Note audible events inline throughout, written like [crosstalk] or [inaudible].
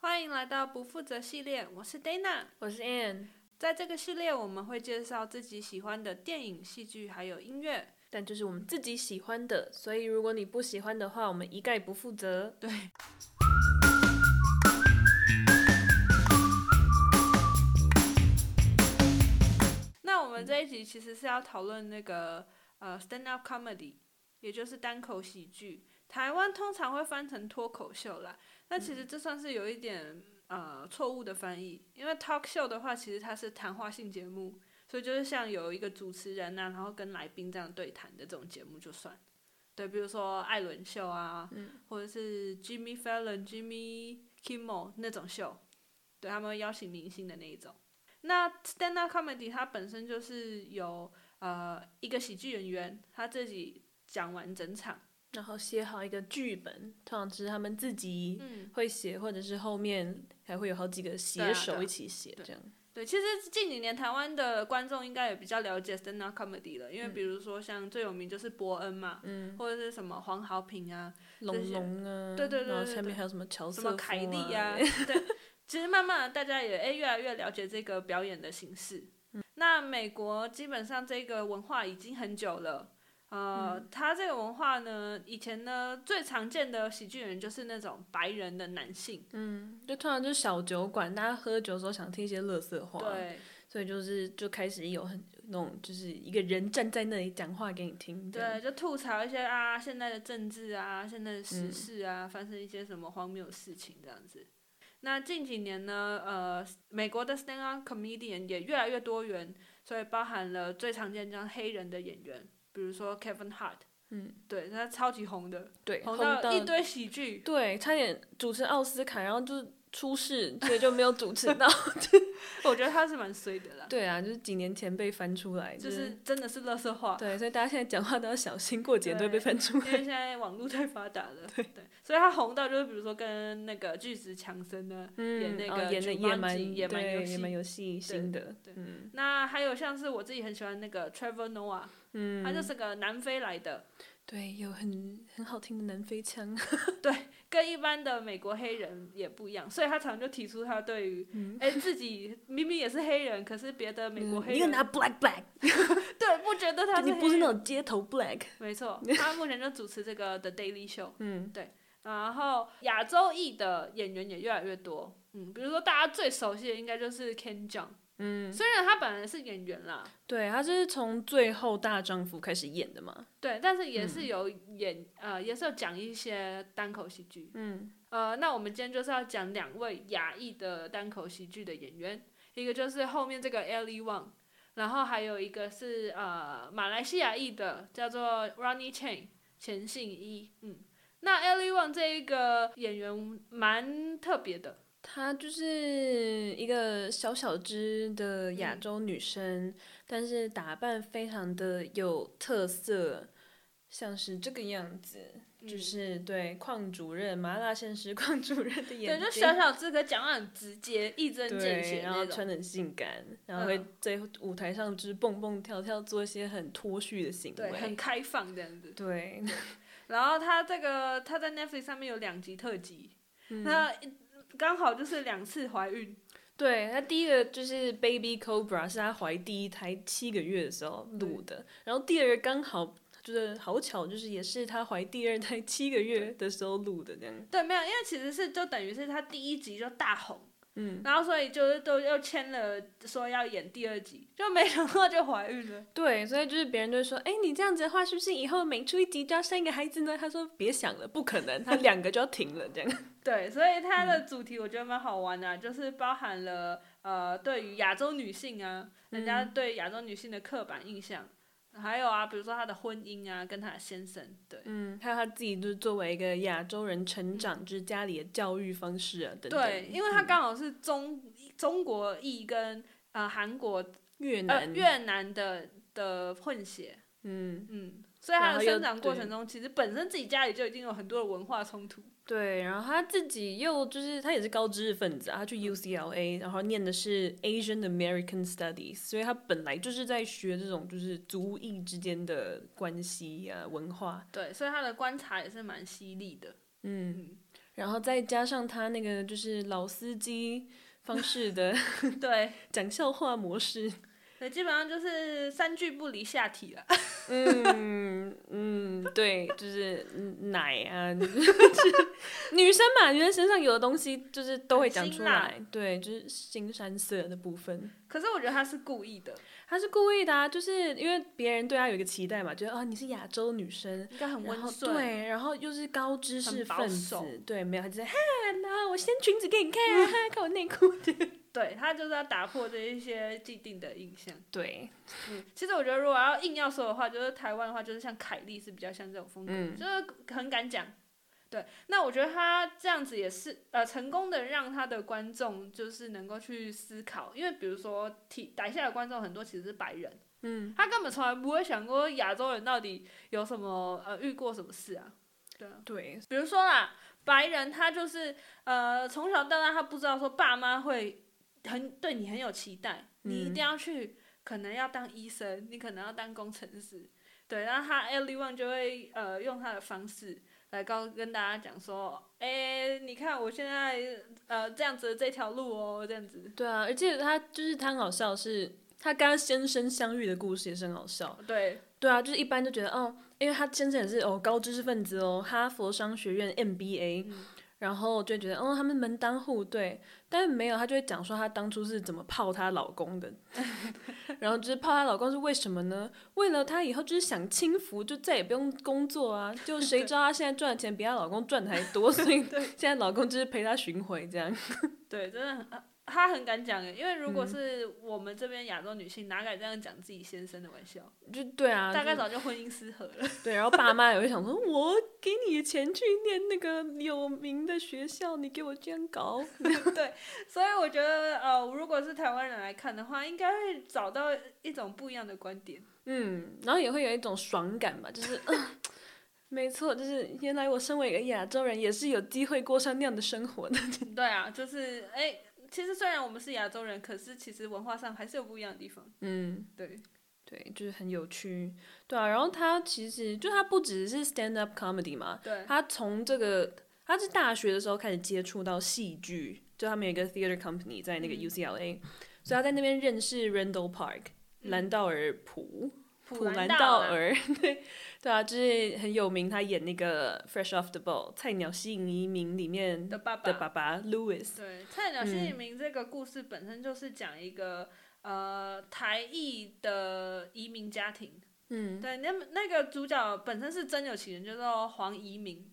欢迎来到不负责系列，我是 Dana。我是 Ann，在这个系列，我们会介绍自己喜欢的电影、戏剧还有音乐。但就是我们自己喜欢的，所以如果你不喜欢的话，我们一概不负责。对，那我们这一集其实是要讨论那个呃 stand up comedy，也就是单口喜剧。台湾通常会翻成脱口秀啦，那其实这算是有一点呃错误的翻译，因为 talk show 的话，其实它是谈话性节目，所以就是像有一个主持人呐、然后跟来宾这样对谈的这种节目就算。对，比如说艾伦秀啊，或者是 Jimmy Fallon、Jimmy Kimmel 那种秀，对他们会邀请明星的那一种。那 stand up comedy 它本身就是有呃一个喜剧演员他自己讲完整场，然后写好一个剧本，通常是他们自己嗯，会写，或者是后面还会有好几个对啊写对手啊一起写对这样。对，其实近几年台湾的观众应该也比较了解 stand up comedy 了，因为比如说像最有名就是伯恩嘛，嗯，或者是什么黄豪平啊，这龙些龙啊，对对对然后对下对面还有什么乔什瑟么夫凯莉啊啊，，对，其实慢慢的大家也哎越来越了解这个表演的形式。那美国基本上这个文化已经很久了，呃，它这个文化呢，以前呢最常见的喜剧演员就是那种白人的男性，嗯，就通常就是小酒馆，大家喝酒的时候想听一些乐色话，，对所以就是就开始有很那种就是一个人站在那里讲话给你听，这样，对，就吐槽一些啊现在的政治啊，现在的嗯时事啊，发生一些什么荒谬的事情这样子。那近几年呢，呃，美国的 stand up comedian 也越来越多元，所以包含了最常见像黑人的演员，比如说 Kevin Hart，嗯，对，他超级红的，对，红红到到一堆喜剧，对，差点主持奥斯卡，然后就出事，所以就没有主持到。 [laughs] 我觉得他是蛮衰的啦，对啊，就是几年前被翻出来，、就是是真的是乐色话，对，所以大家现在讲话都要小心，过节都会被翻出因为来。现在网络太发达了，对所以他红到就是比如说跟那个巨石强森啊呢，演那哦个演的 Jumanji，野蛮野蛮对游戏野蛮游戏新的，对嗯那还有像是我自己很喜欢那个 Trevor Noah，嗯，他就是个南非来的，对，有很很好听的南非腔，跟一般的美国黑人也不一样，所以他常就提出他对于，哎、嗯自己明明也是黑人，可是别的美国黑你又人、拿 black black，对不觉得他你是不黑是人，那种街头 black，没错，他目前就主持这 [laughs] 个 The Daily Show，嗯，然后亚洲裔的演员也越来越多，嗯，比如说大家最熟悉的应该就是 Ken Jeong，嗯，虽然他本来是演员啦，对，他就是从最后大丈夫开始演的嘛，对，但是也嗯是有演、呃，也是有讲一些单口喜剧。嗯，呃，那我们今天就是要讲两位亚裔的单口喜剧的演员，一个就是后面这个 Ellie Wang，然后还有一个是呃马来西亚裔的，叫做 Ronnie Chang 钱信一。嗯，那 Ellie Wang 这一个演员蛮特别的，她就是一个小小只的亚嗯洲女生，但是打扮非常的有特色，像是这个样子，就嗯是对邝主任麻辣鲜师邝主任的对，眼就睛，小小只，可讲话很直接，一针见对，血然后那种。穿的很性感，然后会嗯在舞台上就是蹦蹦跳跳，做一些很脱序的行对，很为，开放这样子。对，然后他这个他在 Netflix 上面有两集特辑，那刚好就是两次怀孕，对，他第一个就是 Baby Cobra，是她怀第一胎七个月的时候录的，然后第二个刚好就是好巧，就是也是她怀第二胎七个月的时候录的这样。对，没有，因为其实是就等于是他第一集就大红，嗯，然后所以就是都又签了说要演第二集，就没想到就怀孕 [laughs] 了。对，所以就是别人就会说，哎，你这样子的话，是不是以后每出一集就要生一个孩子呢？他说别想了，不可能，他两个就要停了这样。对，所以它的主题我觉得蛮好玩的啊、就是包含了呃对于亚洲女性啊，人家对亚洲女性的刻板印象，还有啊，比如说她的婚姻啊，跟她的先生，对。嗯，还有他自己就是作为一个亚洲人成长，就是家里的教育方式啊等等。对，因为她刚好是中、中国裔跟呃韩国越呃南，越南的的混血，嗯。嗯，所以他然的后又生长过程中，其实本身自己家里就已经有很多的文化冲突，对，然后他自己又就是他也是高知识分子啊，他去 UCLA，然后念的是 Asian American Studies，所以他本来就是在学这种就是族裔之间的关系啊文化。对，所以他的观察也是蛮犀利的。嗯，嗯然后再加上他那个就是老司机方式 [laughs] 的嗯对讲笑话模式，对，基本上就是三句不离下体了。 [laughs] 嗯嗯，对，就是嗯奶啊， [laughs] 就是女生嘛，女生身上有的东西就是都会讲出很来，对，就是新山色的部分。可是我觉得他是故意的，他是故意的、啊，就是因为别人对他有一个期待嘛，觉得啊你是亚洲女生，应该很然温后顺。对，然后又是高知识很保分守子，对，没有，他就在哈，那我掀裙子给你看 [laughs] 啊，哈看我内裤，对他就是要打破这一些既定的印象。 [laughs] 对，嗯，其实我觉得如果要硬要说的话，就是台湾的话，就是像凯莉是比较像这种风格，嗯就是很敢讲。对，那我觉得他这样子也是呃，成功的让他的观众就是能够去思考，因为比如说体台下的观众很多其实是白人，嗯，他根本从来不会想过亚洲人到底有什么呃遇过什么事啊。对啊，对，比如说啦，白人他就是呃从小到大他不知道说爸妈会很对你很有期待，嗯你一定要去，可能要当医生，你可能要当工程师，对，然后他 everyone 就会呃用他的方式来告跟大家讲说，哎、你看我现在呃这样子的这条路哦，这样子，对啊，而且他就是他很好笑是，他跟他先生相遇的故事也是很好笑，对对啊，就是一般就觉得哦，因为他先生也是哦高知识分子哦，哈佛商学院 MBA，、嗯然后就会觉得哦他们门当户对，但是没有，他就会讲说她当初是怎么泡她老 [laughs] 公的，然后就是泡她老公是为什么呢？为了她以后就是想轻浮，就再也不用工作啊，就谁知道她现在赚的钱比她老公赚的还多，所 [laughs] 以现在老公就是陪她巡回这样，对，真的很。呃他很敢讲诶，因为嗯如果是我们这边亚洲女性，哪敢这样讲自己先生的玩笑？就对啊，大概就早就婚姻失和了。对，然后爸妈也会想说，我给你的钱去念那个有名的学校，你给我这样搞，所以我觉得，呃，如果是台湾人来看的话，应该会找到一种不一样的观点。嗯，然后也会有一种爽感吧，就是，嗯，没错，就是原来我身为一个亚洲人，也是有机会过上那样的生活的， [laughs] 对啊，就是，哎、其实虽然我们是亚洲人，可是其实文化上还是有不一样的地方。嗯，对，对，就是很有趣，对啊，然后他其实就他不只是 stand up comedy 嘛，对，他从这个他是大学的时候开始接触到戏剧，就他们有一个 theater company 在那个嗯 UCLA，、所以他在那边认识 Randall Park 嗯兰道尔普普兰道道啦，尔，对对啊，就是很有名，他演那个 Fresh Off the Boat 菜鸟吸引移民里面的爸的爸。爸爸 Louis，对，《菜鸟新移民》这个故事本身就是讲一个、呃台裔的移民家庭。嗯对，那么那个主角本身是真有其人，叫做黄移民，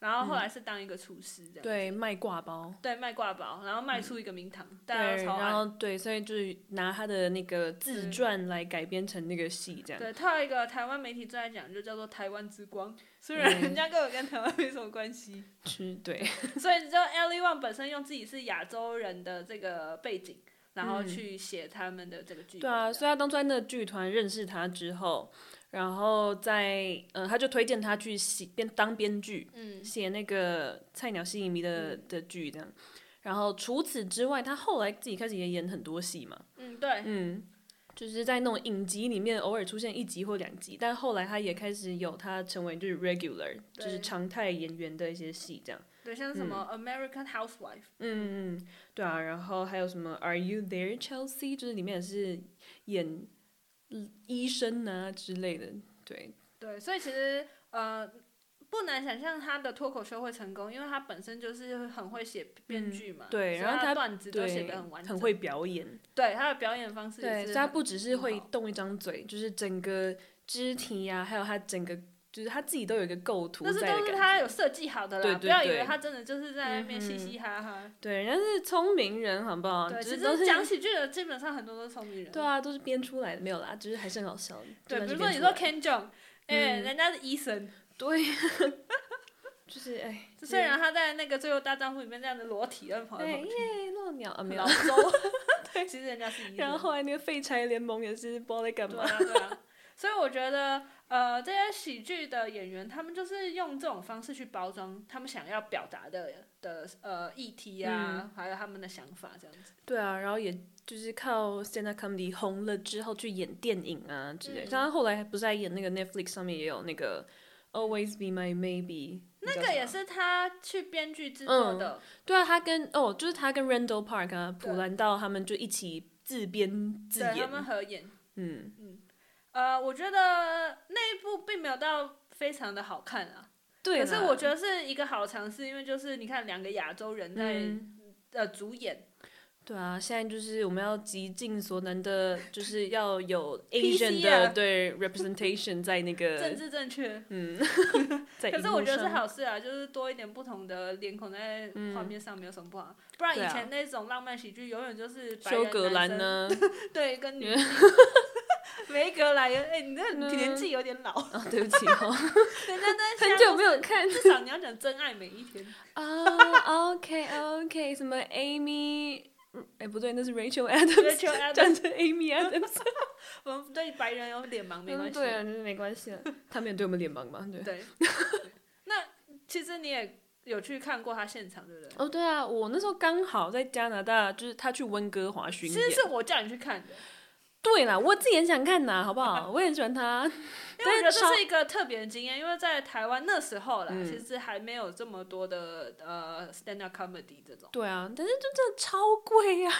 然后后来是当一个厨师这样。对，卖挂包。对，卖挂包，然后卖出一个名堂，大家对，都超爱。然后对，所以就是拿他的那个自嗯传来改编成那个戏，这样。对，他有一个台湾媒体最爱讲，就叫做“台湾之光”，虽嗯然人家根本跟台湾没什么关 [laughs] 系。是，对，啊所以就 Ellie Wang 本身用自己是亚洲人的这个背景，然后嗯去写他们的这个剧本这对样。啊，所以他当初在那个剧团认识他之后，然后在呃，他就推荐他去写编当编剧，嗯，写那个菜鸟吸引迷的、嗯的剧这样。然后除此之外，他后来自己开始也演很多戏嘛，嗯，对，嗯，就是在那种影集里面偶尔出现一集或两集，但后来他也开始有他成为就是 regular，就是对常态演员的一些戏这样。对，像什么 American Housewife，嗯嗯，对啊，然后还有什么《Are You There, Chelsea》，就是里面也是演嗯医生啊之类的，对，对，所以其实呃。不难想象他的脱口秀会成功，因为他本身就是很会写编剧嘛、嗯对所以然后他他段子都对写得很完整，很会表演，对他的表演方式对，也所是以他很不只是很会好动一张嘴，就是整个肢体呀、还有他整个就是他自己都有一个构图但是在的都是感他觉有设计好的啦，对不对要以为对他真的就是在那边嘻嘻哈哈。对，人家是聪明人，好不好？对，哦就其是都实是讲喜剧的基本上很多都是聪明人。对啊，都是编出来的，没有啦，就是还是很好笑的。对，真比如的是说编你出说来的 Ken Jeong，哎，嗯人家是医生， [laughs] 对， [laughs] 就是哎，虽然他在那个《最后大丈夫》里面这样的裸体，然后跑来哎跑去耶落鸟啊没 [laughs] 有老。周， [laughs] 对，其实人家是医生。然后后来那个废柴联盟也是不知道在干对嘛。啊，对啊。所以我觉得，呃，这些喜剧的演员，他们就是用这种方式去包装他们想要表达的的呃议题啊，嗯还有他们的想法这样子。对啊，然后也就是靠 stand up comedy 红了之后去演电影啊之类。嗯像他后来不是还演那个 Netflix 上面也有那个 Always Be My Maybe，那叫个什也么是他去编剧制作嗯的，对啊，他跟哦，就是他跟 Randall Park 啊、对普兰道他们就一起自编自对他演，们合演。嗯，呃，我觉得那一部并没有到非常的好看啊，对啦。可是我觉得是一个好尝试，因为就是你看两个亚洲人在、嗯，呃主演对啊，现在就是我们要极尽所能的，就是 [laughs] 要有 PC Asian 啊的对 representation 在那政个治正确，嗯，在可荧是幕我觉得是上好事啊，就是多一点不同的脸孔在画面上没有什么不好，不然嗯对以啊前那种浪漫喜剧永远就是白修人格男兰生，呢？ [laughs] 嗯对，跟女性。 [laughs] 梅格莱恩，哎、你那年纪有 [laughs] 点老，啊、对不起哦，人家在嗯很久没 [laughs] 有看至少你要讲真爱每一天。啊。OK OK，什 [laughs] 么 Amy？哎，不对，那是 [laughs] Rachel Adams， Rachel [laughs] Adams 讲成 Amy Adams。我们对白人有脸盲 [laughs] 没关嗯，系、对啊，就是没关系 [laughs] 了。他们也对我们脸盲嘛，对。对。 [laughs] 那其实你也有去看过他现场，对不对？哦，对啊，我那时候刚好在加拿大，就是他去温哥华巡其演实。是我叫你去看的，对啦，我自己很想看呐，好不好？ [laughs] 我也很喜欢他。因为我觉得但是这超是一个特别的经验，因为在台湾那时候啦，嗯其实还没有这么多的呃 stand up comedy 这种。对啊，但是就真的超贵 [laughs] 呀、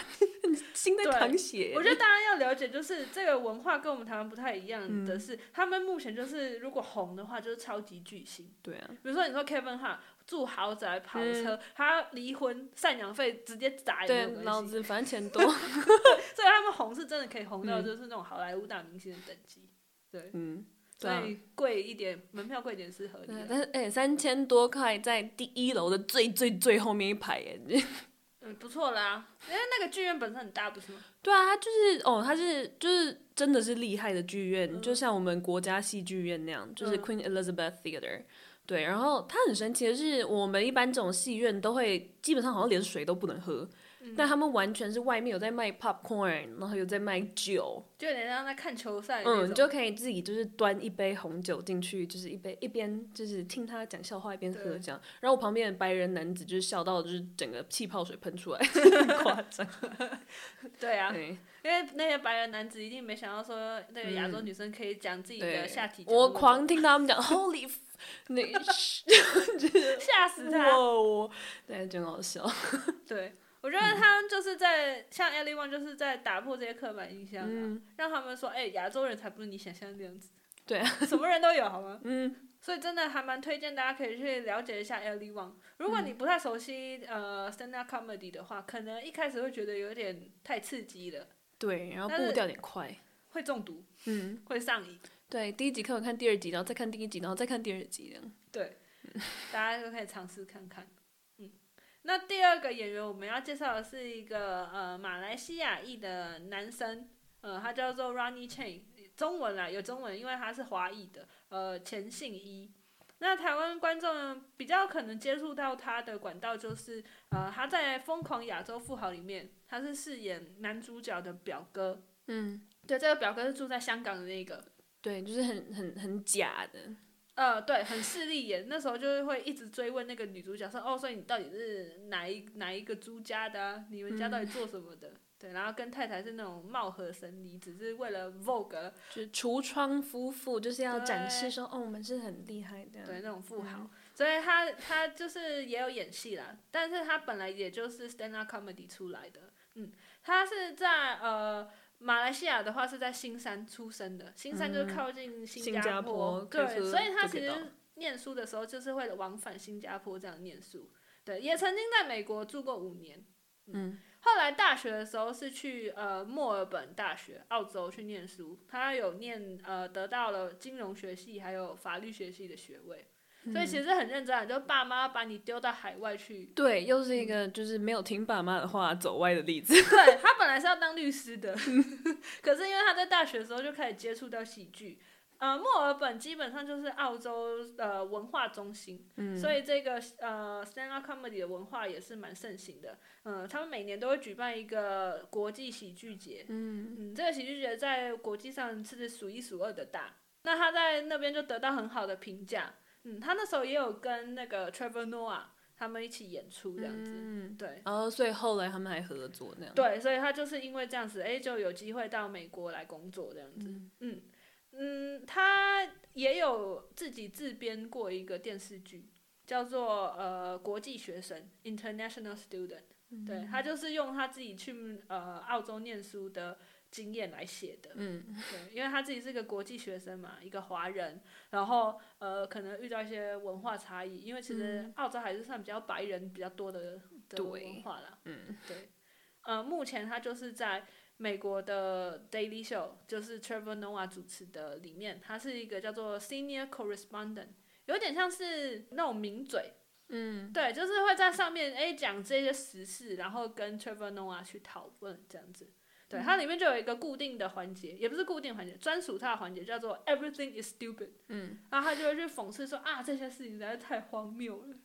心在对淌血。我觉得大家要了解，就是这个文化跟我们台湾不太一样的嗯是，他们目前就是如果红的话，就是超级巨星。对啊，比如说你说 Kevin Hart 住豪宅、跑车，他离婚、赡养费直接砸也没嗯对有，老关系。子反正钱多。所以他们红是真的可以红到嗯就是那种好莱坞大明星的等级。对，嗯，对所啊。以贵一点，门票贵一点是合理对，的。但是哎，三、千多块在第一楼的最最最后面一排耶。 [laughs] 嗯，不错啦，因为那个剧院本身很大，不是吗？对啊，他就是哦，他是就是真的是厉害的剧院，嗯就像我们国家戏剧院那样，就是嗯 Queen Elizabeth Theatre。对，然后它很神奇的是，我们一般这种戏院都会基本上好像连水都不能喝，嗯但他们完全是外面有在卖 popcorn，然后有在卖酒，就有点像在看球赛那嗯，种。你就可以自己就是端一杯红酒进去，就是一杯一边就是听他讲笑话一边喝对这样。然后我旁边的白人男子就是笑到就是整个气泡水喷 [laughs] 出来，很夸张。对啊，对，因为那些白人男子一定没想到说，那个亚洲女生可以讲自己的嗯对下体角度，我狂听到他们讲 Holy，f- [laughs] 那吓死哇他。哦，对，真好笑。对，我觉得他就是在、像 Ellie One 就是在打破这些刻板印象、啊，嗯让他们说，哎、亚洲人才不是你想象那样子。对啊，什么人都有，好吗？嗯， [laughs] 所以真的还蛮推荐大家可以去了解一下 Ellie Wang。如嗯果你不太熟悉、呃 stand up comedy 的话，可能一开始会觉得有点太刺激了，对，然后但是步调有点快。会中毒，嗯，会上瘾。对，第一集看完看第二集，然后再看第一集，然后再看第二集这样。对，大家就可以尝试看看。嗯，那第二个演员我们要介绍的是一个呃马来西亚裔的男生，呃，他叫做 Ronnie Chang，中文啦有中文，因为他是华裔的，呃，钱信一。那台湾观众比较可能接触到他的管道就是，呃，他在《疯狂亚洲富豪》里面，他是饰演男主角的表哥。嗯，对，这个表哥是住在香港的那个。对，就是很很很假的。呃，对，很势利眼。那时候就是会一直追问那个女主角说：“哦，所以你到底是哪一哪一个朱家的、啊？你们家到底做什么的？”对，然后跟太太是那种貌合神离，只是为了 Vogue 就是橱窗夫妇，就是要展对示说，哦，我们是很厉害的。对那种富豪。所以他他就是也有演戏啦，但是他本来也就是 stand up comedy 出来的。嗯，他是在呃。马来西亚的话是在新山出生的，新山就是靠近新新加加坡坡开对，车所以他就其可以实到念书的时候就是会往返新加坡这样念书。对，也曾经在美国住过五年。嗯，，后来大学的时候是去呃墨尔本大学，澳洲去念书，他有念呃得到了金融学系还有法律学系的学位，所以其实很认真啊，就爸妈把你丢到海外去对，又是一个就是没有听爸妈的话走歪的例子。对他本来是要当律师的，可是因为他在大学的时候就开始接触到喜剧。呃，墨尔本基本上就是澳洲呃文化中心，嗯，所以这个呃 stand up comedy 的文化也是蛮盛行的。嗯、他们每年都会举办一个国际喜剧节。 [laughs] 嗯嗯，这个喜剧节在国际上是数一数二的大。那他在那边就得到很好的评价。嗯，他那时候也有跟那个 Trevor Noah 他们一起演出这样子。嗯，对然后所以后来他们还合作那样。对，所以他就是因为这样子，哎，就有机会到美国来工作这样子。嗯，嗯嗯，他也有自己自编过一个电视剧，叫做呃国际学生 （international student）。对嗯他就是用他自己去呃澳洲念书的经验来写的。嗯，对，因为他自己是个国际学生嘛，一个华人，然后呃，可能遇到一些文化差异，因为其实澳洲还是算比较白人比较多的的嗯对文化啦。嗯，对，呃，目前他就是在美国的 Daily Show，就是 Trevor Noah 主持的里面，他是一个叫做 Senior Correspondent，有点像是那种名嘴，嗯，对，就是会在上面诶讲这些时事，然后跟 Trevor Noah 去讨论这样子。嗯对，它里面就有一个固定的环节，也不是固定环节，专属它的环节叫做 Everything is stupid。嗯，然后他就会去讽刺说啊，这些事情实在是太荒谬了。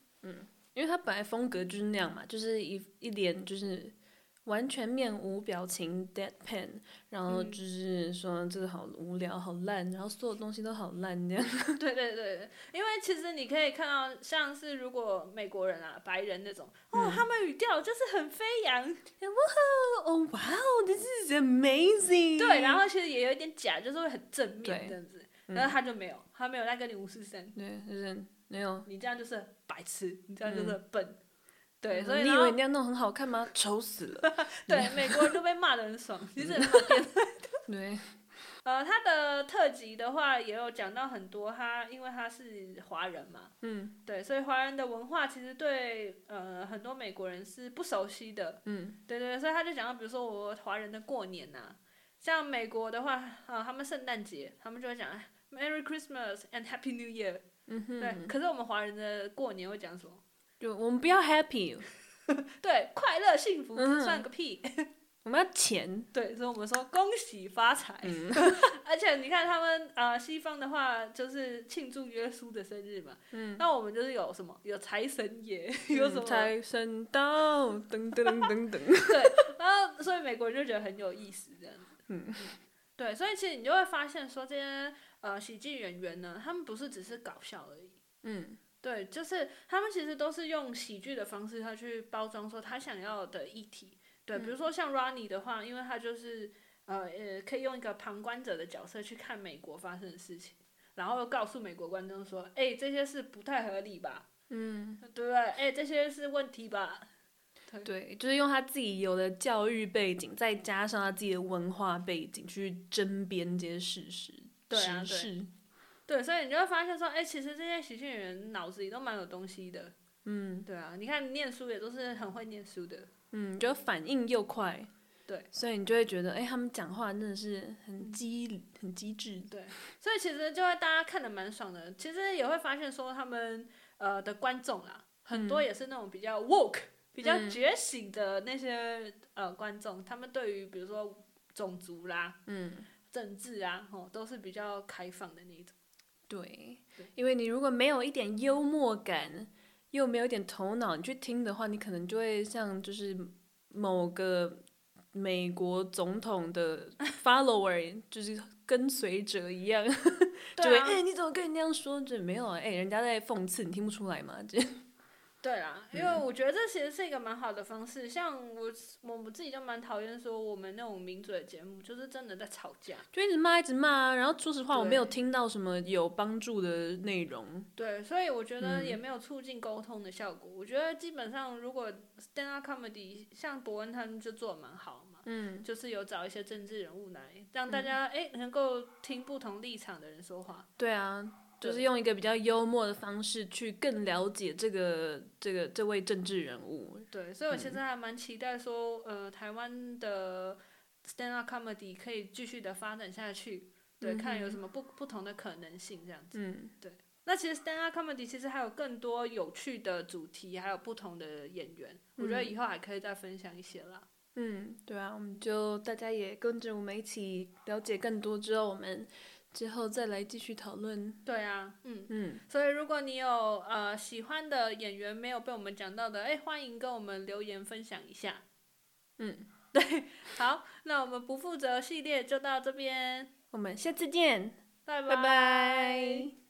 [laughs] 因为他本来风格就是那样嘛，就是一一脸就是完全面无表情 deadpan，然后就是说这个好无聊、好烂，然后所有东西都好烂这样。 [laughs] 对对对对，因为其实你可以看到，像是如果美国人啊、白人那种，嗯哦，他们语调就是很飞扬，哦，哇哦，this is amazing。对，然后其实也有一点假，就是会很正面对嗯这样子。然后他就没有，他没有在跟你五四三。对，就是没有。你这样就是白痴，你这样就是笨。对，嗯所以你以然为后你那样弄很好看吗？丑死了。对美国人就被骂得很爽。其实对，呃，他的特辑的话也有讲到很多，他因为他是华人嘛，嗯对，所以华人的文化其实对呃很多美国人是不熟悉的。嗯对对，对所以他就讲到，比如说我华人的过年呐、像美国的话，呃，他们圣诞节他们就会讲哎 Merry Christmas and Happy New Year。嗯哼，对，可是我们华人的过年会讲什么？ [laughs] 就我们不要 happy，对，快乐幸福嗯算个屁。我们要钱。对，所以我们说恭喜发财。嗯 [laughs] 而且你看他们呃，西方的话就是庆祝耶稣的生日嘛，嗯，那我们就是有什么有财神爷，有什么、财神到，噔噔噔 [laughs] 噔噔。然后所以美国人就觉得很有意思这样子。嗯，对，所以其实你就会发现说这些呃喜剧演员呢，他们不是只是搞笑而已。嗯对，就是他们其实都是用喜剧的方式，他去包装说他想要的议题。对，比如说像 Ronnie 的话，因为他就是呃呃，可以用一个旁观者的角色去看美国发生的事情，然后告诉美国观众说，哎、这些是不太合理吧，嗯，对不对？哎、这些是问题吧。对，就是用他自己有的教育背景，再加上他自己的文化背景去争辩这些事实。对啊时事对，所以你就会发现说，哎、其实这些喜剧演员脑子里都蛮有东西的。嗯对啊，你看念书也都是很会念书的。嗯，就反应又快。对，所以你就会觉得，哎、他们讲话真的是很机很机智。所以其实就会大家看的蛮爽的。其实也会发现说他们呃的观众啦，很嗯多也是那种比较 woke、比较觉醒的那些呃观众，他们对于比如说种族啦、嗯。政治啊，哦，都是比较开放的那一种。对对，因为你如果没有一点幽默感，又没有一点头脑，你去听的话，你可能就会像就是某个美国总 [laughs] 统的 follower，就是跟随者一样，就会对哎、啊，你怎么跟人家说？就没有啊哎、人家在讽刺，你听不出来吗？这对啦，因为我觉得这其实是一个蛮好的方式。像我我们自己就蛮讨厌说我们那种名嘴节目，就是真的在吵架。 [laughs] 就一直骂，一直骂啊。然后说实话，我没有对听到什么有帮助的内容。对，所以我觉得也没有促进沟通的效果。我觉得基本上，如果 stand up comedy 像伯恩他们就做的蛮好嘛，嗯，就是有找一些政治人物来让大家诶能够听不同立场的人说话。对啊。就是对用一个比较幽默的方式去更了解这个这个这位政治人物，对，所以我现在还蛮期待说，呃，台湾的 stand up comedy 可以继续的发展下去。对，看有什么不不同的可能性这样子。嗯那其实 stand up comedy 其实还有更多有趣的主题，还有不同的演员，我觉得以后还可以再分享一些啦。嗯，对啊，我们就大家也跟着我们一起了解更多之后，我们之后再来继续讨论。对啊，嗯，嗯，所以如果你有呃喜欢的演员没有被我们讲到的，哎，欢迎跟我们留言分享一下。嗯，对，好，那我们不负责系列就到这边，我们下次见，拜拜拜